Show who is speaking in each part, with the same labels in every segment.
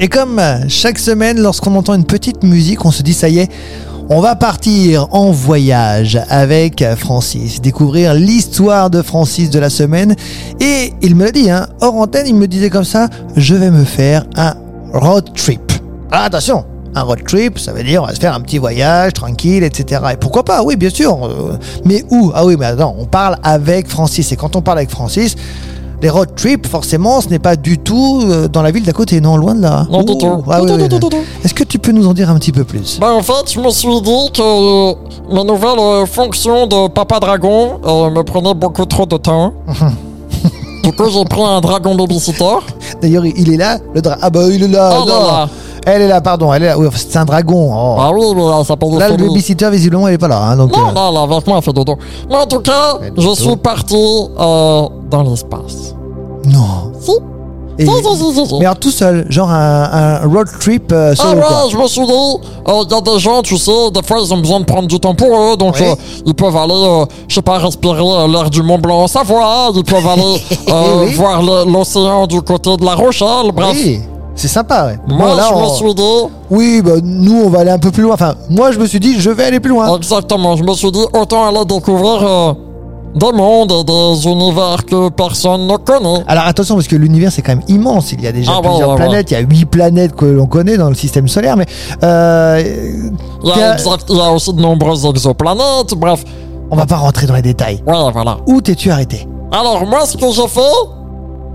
Speaker 1: Et comme euh, chaque semaine, lorsqu'on entend une petite musique, on se dit ça y est, on va partir en voyage avec Francis, découvrir l'histoire de Francis de la semaine. Et il me l'a dit, hein, hors antenne, il me disait comme ça, je vais me faire un road trip. Ah, attention, un road trip, ça veut dire on va se faire un petit voyage tranquille, etc. Et pourquoi pas Oui, bien sûr. euh, Mais où Ah oui, mais attends, on parle avec Francis. Et quand on parle avec Francis, les road trips, forcément, ce n'est pas du tout euh, dans la ville d'à côté, non, loin de là.
Speaker 2: Non,
Speaker 1: Ouh,
Speaker 2: du tout.
Speaker 1: ah oui,
Speaker 2: Du tout,
Speaker 1: oui.
Speaker 2: du tout, du tout.
Speaker 1: Est-ce que tu peux nous en dire un petit peu plus
Speaker 2: Bah en fait, je me suis dit que euh, ma nouvelle euh, fonction de papa dragon euh, me prenait beaucoup trop de temps. du coup, j'ai pris un dragon babysitter.
Speaker 1: D'ailleurs, il est là, le dragon. Ah bah il est là,
Speaker 2: Oh
Speaker 1: non,
Speaker 2: là
Speaker 1: non.
Speaker 2: là.
Speaker 1: Elle est là, pardon, elle est là. Oui, enfin, c'est un dragon. oh.
Speaker 2: Ah oui, mais ça s'appelle
Speaker 1: là, le
Speaker 2: Ophélie.
Speaker 1: babysitter, visiblement, elle est pas là. hein, donc,
Speaker 2: Non,
Speaker 1: euh,
Speaker 2: non, là, avec moi, elle fait dodo. Mais en tout cas,
Speaker 1: Elle fait
Speaker 2: je
Speaker 1: dodo.
Speaker 2: suis parti euh, dans l'espace.
Speaker 1: non.
Speaker 2: Si
Speaker 1: Et-
Speaker 2: Si, si, si, si, si.
Speaker 1: Mais alors tout seul, genre un, un road trip euh,
Speaker 2: Ah
Speaker 1: solo. quoi.
Speaker 2: ouais, je me suis dit, euh, il y a des gens, tu sais, des fois ils ont besoin de prendre du temps pour eux, donc
Speaker 1: Oui.
Speaker 2: euh, ils peuvent aller, euh, je sais pas, respirer euh, l'air du Mont Blanc en Savoie, ils peuvent aller euh,
Speaker 1: Oui.
Speaker 2: voir le- l'océan du côté de la Rochelle, bref.
Speaker 1: Oui, c'est sympa, ouais.
Speaker 2: Moi,
Speaker 1: Bon, là, oh.
Speaker 2: je me
Speaker 1: on-
Speaker 2: suis dit,
Speaker 1: Oui, bah, nous, on va aller un peu plus loin. Enfin, moi, je me suis dit, je vais aller plus
Speaker 2: Oh.
Speaker 1: loin.
Speaker 2: exactement, je me suis dit, autant aller découvrir euh, des mondes et des univers que personne ne connaît.
Speaker 1: Alors, attention, parce que l'univers, c'est quand même immense. Il y a déjà
Speaker 2: Ah, ouais,
Speaker 1: plusieurs
Speaker 2: ouais, ouais.
Speaker 1: planètes. Il y a huit planètes que l'on connaît dans le système solaire. Mais euh,
Speaker 2: Il y
Speaker 1: Il y a-
Speaker 2: a, exact- il y a aussi de nombreuses exoplanètes, bref.
Speaker 1: on va pas rentrer dans les détails.
Speaker 2: Ouais, voilà.
Speaker 1: Où t'es-tu arrêté
Speaker 2: Alors moi ce que j'ai fait,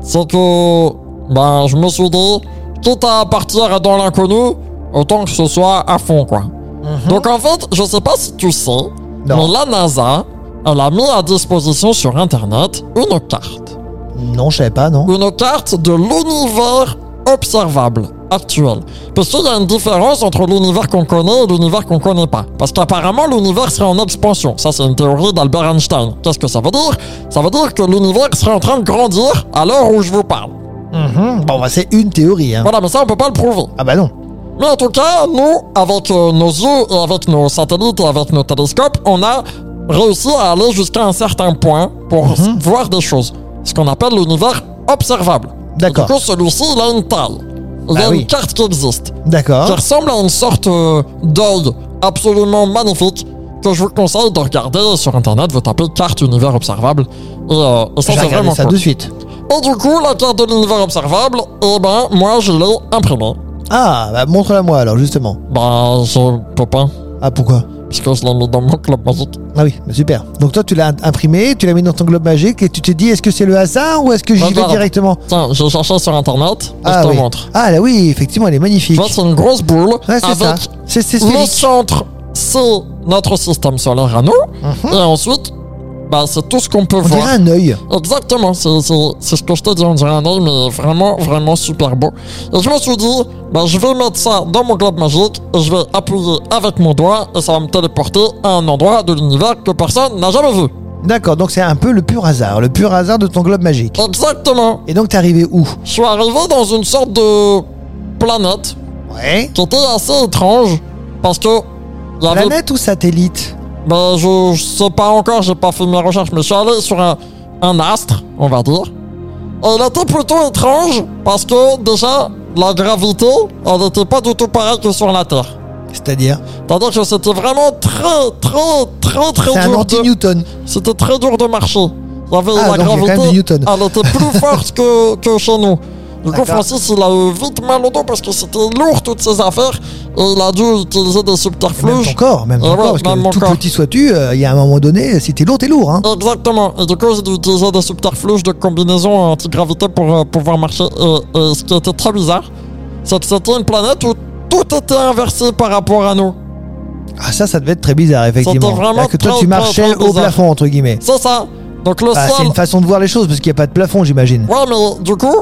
Speaker 2: c'est que ben je me suis dit, quitte à partir dans l'inconnu, autant que ce soit à fond quoi. Donc en fait, je sais pas si tu sais, mais la NASA, elle a mis à disposition sur internet une carte.
Speaker 1: Non, je savais pas, non.
Speaker 2: Une carte de l'univers observable actuel. Parce qu'il y a une différence entre l'univers qu'on connaît et l'univers qu'on connaît pas. Parce qu'apparemment, l'univers serait en expansion. Ça, c'est une théorie d'Albert Einstein. Qu'est-ce que ça veut dire Ça veut dire que l'univers serait en train de grandir à l'heure où je vous parle. Mmh.
Speaker 1: Mhm. Bon, bah, c'est une théorie. Hein.
Speaker 2: Voilà, mais ça, on peut pas le prouver.
Speaker 1: Ah bah non.
Speaker 2: Mais en tout cas, nous, avec euh, nos yeux et avec nos satellites et avec nos télescopes, on a réussi à aller jusqu'à un certain point pour s-
Speaker 1: Mhm.
Speaker 2: voir des choses. Ce qu'on appelle l'univers observable.
Speaker 1: D'accord.
Speaker 2: Et Du coup, celui-ci, il a une taille. Il y
Speaker 1: Ah
Speaker 2: a
Speaker 1: oui. Ah.
Speaker 2: une carte qui existe, qui
Speaker 1: D'accord.
Speaker 2: ressemble à une sorte euh, d'œil absolument magnifique que je vous conseille de regarder sur Internet. Vous tapez carte univers observable. Et, euh,
Speaker 1: Je vais
Speaker 2: et ça, c'est
Speaker 1: regarder
Speaker 2: vraiment
Speaker 1: ça
Speaker 2: cool.
Speaker 1: de suite.
Speaker 2: Et du coup, la carte de l'univers observable, eh ben, moi, je l'ai imprimée.
Speaker 1: Ah, bah, montre-la moi alors, justement.
Speaker 2: Bah, je peux pas.
Speaker 1: Ah, pourquoi
Speaker 2: Parce que je l'ai mis dans mon club magique.
Speaker 1: Ah oui, bah super. Donc toi, tu l'as imprimé, tu l'as mis dans ton globe magique et tu t'es dit, est-ce que c'est le hasard ou est-ce que j'y vais
Speaker 2: Regarde.
Speaker 1: directement
Speaker 2: Tiens, j'ai cherché sur internet et
Speaker 1: Ah
Speaker 2: je te
Speaker 1: oui.
Speaker 2: montre.
Speaker 1: Ah là oui, effectivement, elle est
Speaker 2: Tu
Speaker 1: magnifique.
Speaker 2: vois, c'est une grosse boule
Speaker 1: Ouais, c'est ça.
Speaker 2: avec
Speaker 1: C'est c'est
Speaker 2: le
Speaker 1: sphérique.
Speaker 2: centre, c'est notre système solaire à nous.
Speaker 1: Mhm.
Speaker 2: Et ensuite, bah, c'est tout ce qu'on peut
Speaker 1: On
Speaker 2: voir.
Speaker 1: dirait un œil.
Speaker 2: Exactement, c'est c'est- c'est ce que je t'ai dit, on dirait un œil, mais vraiment, vraiment super beau. Et je me suis dit, bah, je vais mettre ça dans mon globe magique, et je vais appuyer avec mon doigt, et ça va me téléporter à un endroit de l'univers que personne n'a jamais vu.
Speaker 1: D'accord, donc c'est un peu le pur hasard, le pur hasard de ton globe magique.
Speaker 2: Exactement.
Speaker 1: Et donc t'es arrivé où
Speaker 2: Je suis arrivé dans une sorte de planète
Speaker 1: Ouais.
Speaker 2: qui était assez étrange, parce que... il y avait-
Speaker 1: Planète ou satellite
Speaker 2: Ben, je, je sais pas encore, j'ai pas fait mes recherches, mais je suis allé sur un, un astre, on va dire. Et il était plutôt étrange parce que déjà, la gravité, elle n'était pas du tout pareille que sur la Terre.
Speaker 1: C'est-à-dire
Speaker 2: C'est-à-dire que c'était vraiment très, très, très, très
Speaker 1: C'est un
Speaker 2: dur. de-
Speaker 1: anti-Newton.
Speaker 2: C'était très dur de marcher. Il y avait
Speaker 1: Ah,
Speaker 2: la
Speaker 1: donc il y a quand même du
Speaker 2: gravité,
Speaker 1: Newton.
Speaker 2: elle était plus forte que, que chez nous. Du coup,
Speaker 1: D'accord.
Speaker 2: Francis, il a eu vite mal au dos parce que c'était lourd toutes ces affaires et il a dû utiliser
Speaker 1: Et
Speaker 2: des
Speaker 1: Même
Speaker 2: subterfuges.
Speaker 1: ton corps, même ton
Speaker 2: Ah ouais,
Speaker 1: corps, parce
Speaker 2: même mon
Speaker 1: que tout
Speaker 2: corps.
Speaker 1: petit sois-tu, euh, il y a un moment donné, si t'es lourd, t'es lourd. Hein.
Speaker 2: Exactement. Et du coup, j'ai dû utiliser des subterfuges de combinaisons anti-gravité pour euh, pouvoir marcher. Et, et ce qui était très bizarre, c'est que c'était une planète où tout était inversé par rapport à nous.
Speaker 1: Ah ça, ça devait être très bizarre, effectivement.
Speaker 2: vraiment
Speaker 1: Là, que toi,
Speaker 2: très,
Speaker 1: tu
Speaker 2: très,
Speaker 1: marchais
Speaker 2: très
Speaker 1: au
Speaker 2: bizarre.
Speaker 1: plafond, entre guillemets.
Speaker 2: C'est ça. Donc le
Speaker 1: Ah, c'est
Speaker 2: ciel.
Speaker 1: une façon de voir les choses, parce qu'il n'y a pas de plafond, j'imagine.
Speaker 2: Ouais, mais du coup,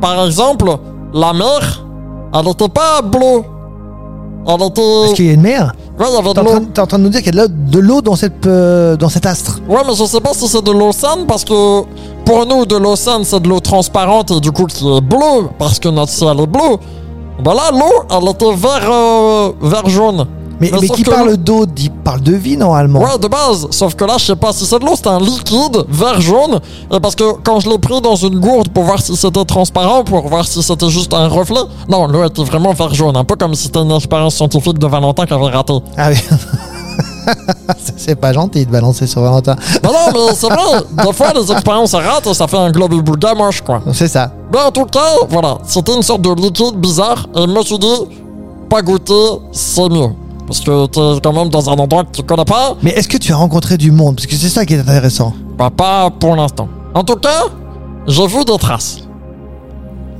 Speaker 2: par exemple, la mer, elle n'était pas bleue. Elle était.
Speaker 1: Parce qu'il y a une mer
Speaker 2: Ouais, il y avait de
Speaker 1: T'es en, train,
Speaker 2: l'eau.
Speaker 1: t'es en train de nous dire qu'il y a de l'eau- de l'eau dans, cette, euh, dans cet astre.
Speaker 2: Ouais, mais je sais pas si c'est de l'océane parce que pour nous, de l'océane, c'est de l'eau transparente et du coup qui est bleue parce que notre ciel est bleu. Bah là, l'eau, elle était vert, euh, vert jaune.
Speaker 1: Mais,
Speaker 2: Mais
Speaker 1: mais
Speaker 2: sauf
Speaker 1: qui
Speaker 2: que
Speaker 1: parle
Speaker 2: le-
Speaker 1: d'eau dit, parle de vie normalement.
Speaker 2: Ouais, de base. Sauf que là, je sais pas si c'est de l'eau, c'était un liquide vert jaune. Et parce que quand je l'ai pris dans une gourde pour voir si c'était transparent, pour voir si c'était juste un reflet, non, l'eau était vraiment vert jaune. Un peu comme si c'était une expérience scientifique de Valentin qui avait raté.
Speaker 1: Ah oui. Ça, c'est pas gentil de balancer sur Valentin.
Speaker 2: Non, non, mais c'est vrai. Des fois, les expériences elles ratent et ça fait un globe Bouddha moche, quoi.
Speaker 1: C'est ça.
Speaker 2: Mais en tout cas, voilà. C'était une sorte de liquide bizarre. Et je me suis dit, pas goûter, c'est mieux. Parce que t'es quand même dans un endroit que tu connais pas.
Speaker 1: Mais est-ce que tu as rencontré du monde Parce que c'est ça qui est intéressant.
Speaker 2: Bah, pas pour l'instant. En tout cas, j'ai vu des traces.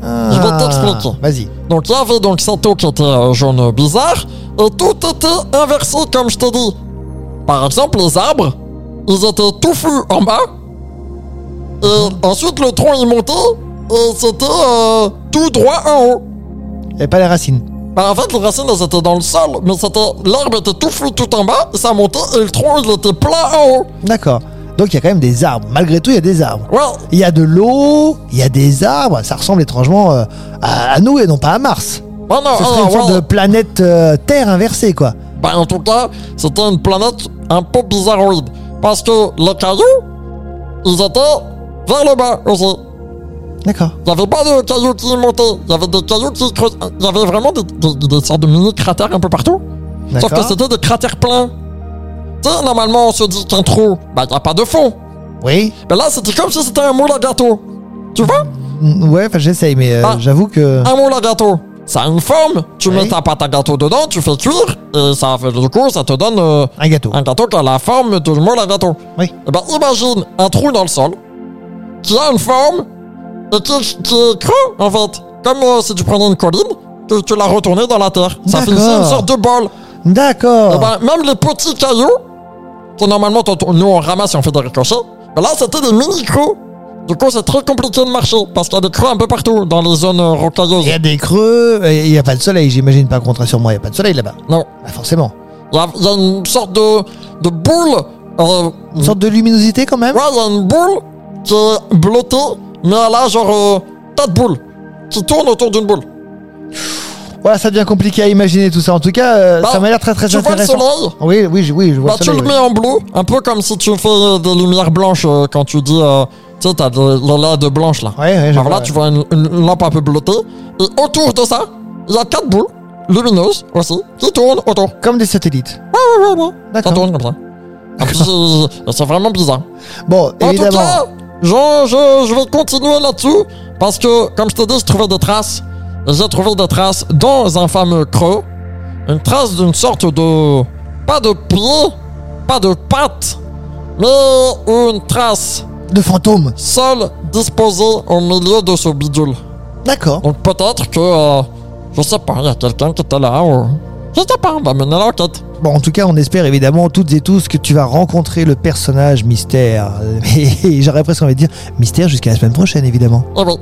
Speaker 1: Je
Speaker 2: vais t'expliquer.
Speaker 1: Ah. Vas-y.
Speaker 2: Donc il y avait donc cette eau qui était euh, jaune bizarre, et tout était inversé comme je t'ai dit. Par exemple, les arbres, ils étaient touffus en bas,
Speaker 1: Mhm.
Speaker 2: et ensuite le tronc il montait, et c'était euh, tout droit en haut.
Speaker 1: Et pas les racines.
Speaker 2: Bah en fait, les racines elles étaient dans le sol, mais c'était l'arbre était touffu tout en bas, ça montait, et le tronc il était plat en haut.
Speaker 1: D'accord. Donc il y a quand même des arbres. Malgré tout, il y a des arbres.
Speaker 2: Ouais,
Speaker 1: Il y a de l'eau, il y a des arbres. Ça ressemble étrangement euh, à, à nous et non pas à Mars.
Speaker 2: Ah non,
Speaker 1: Ce
Speaker 2: ah
Speaker 1: serait
Speaker 2: non,
Speaker 1: une sorte
Speaker 2: ouais.
Speaker 1: de planète euh, Terre inversée, quoi.
Speaker 2: Bah, en tout cas, c'était une planète un peu bizarroïde. Parce que les cailloux, ils étaient vers le bas aussi.
Speaker 1: D'accord.
Speaker 2: Il n'y avait pas de cailloux qui montaient. Il y avait des cailloux qui creusaient. Il y avait vraiment des, des- des sortes de mini cratères un peu partout. Sauf que
Speaker 1: D'accord.
Speaker 2: c'était des cratères pleins. Tu sais, normalement, on se dit qu'un trou, bah, il n'y a pas de fond.
Speaker 1: Oui.
Speaker 2: Mais là, c'était comme si c'était un moule à gâteau. Tu vois
Speaker 1: Mm, Ouais, enfin j'essaye, mais euh,
Speaker 2: Ah.
Speaker 1: j'avoue que.
Speaker 2: Un moule à gâteau. Ça a une forme. Tu
Speaker 1: Oui.
Speaker 2: mets ta pâte à gâteau dedans, tu fais cuire. Et ça fait, du coup, ça te donne euh,
Speaker 1: Un gâteau.
Speaker 2: un gâteau qui a la forme de moule à gâteau.
Speaker 1: Oui.
Speaker 2: Eh ben, imagine un trou dans le sol qui a une forme et qui, qui est creux, en fait. Comme euh, si tu prenais une colline, que tu la retournais dans la terre. Ça
Speaker 1: D'accord.
Speaker 2: finissait une sorte de bol.
Speaker 1: D'accord.
Speaker 2: Eh ben, même les petits cailloux, que normalement, t'en- nous on ramasse et on fait des ricochets, mais là, c'était des mini-creux. Du coup, c'est très compliqué de marcher parce qu'il y a des creux un peu partout dans les zones euh, rocailleuses.
Speaker 1: Il y a des creux, et il n'y a pas de soleil, j'imagine pas contre sur moi, il n'y a pas de soleil là-bas.
Speaker 2: Non,
Speaker 1: Bah, forcément.
Speaker 2: il y, a- il y a une sorte de, de boule. euh,
Speaker 1: Une sorte de luminosité quand même
Speaker 2: Ouais, il y a une boule qui est blottée, mais elle a genre euh, tas de boules qui tournent autour d'une boule.
Speaker 1: Voilà, ça devient compliqué à imaginer tout ça. En tout cas, euh,
Speaker 2: Bah,
Speaker 1: ça m'a l'air très très
Speaker 2: tu vois le
Speaker 1: intéressant.
Speaker 2: soleil
Speaker 1: oui, oui, je- oui, je vois
Speaker 2: Bah,
Speaker 1: le
Speaker 2: tu
Speaker 1: soleil.
Speaker 2: le
Speaker 1: oui.
Speaker 2: mets en bleu, un peu comme si tu fais euh, des lumières blanches euh, quand tu dis. euh, tu sais, t'as de la LED blanche là.
Speaker 1: Ouais, ouais, je
Speaker 2: Alors
Speaker 1: vois,
Speaker 2: là,
Speaker 1: ouais.
Speaker 2: tu vois une, une lampe un peu bleutée. Et autour de ça, il y a quatre boules lumineuses aussi qui tournent autour.
Speaker 1: Comme des satellites.
Speaker 2: Ouais, ouais, ouais. Ça
Speaker 1: D'accord.
Speaker 2: tourne comme ça. En plus, c'est- c'est vraiment bizarre.
Speaker 1: Bon,
Speaker 2: En tout
Speaker 1: évidemment.
Speaker 2: cas, je, je- je vais continuer là-dessus parce que, comme je t'ai dit, je trouvais des traces. Et J'ai trouvé des traces dans un fameux creux. Une trace d'une sorte de. Pas de pied, pas de patte, mais une trace
Speaker 1: De fantômes.
Speaker 2: seule disposée au milieu de ce bidule.
Speaker 1: D'accord.
Speaker 2: Donc peut-être que. euh, je sais pas, il y a quelqu'un qui était là ou. Je sais pas, on va mener l'enquête.
Speaker 1: Bon, en tout cas, on espère évidemment toutes et tous que tu vas rencontrer le personnage mystère. Et j'aurais presque envie de dire mystère jusqu'à la semaine prochaine, évidemment.
Speaker 2: Eh oui.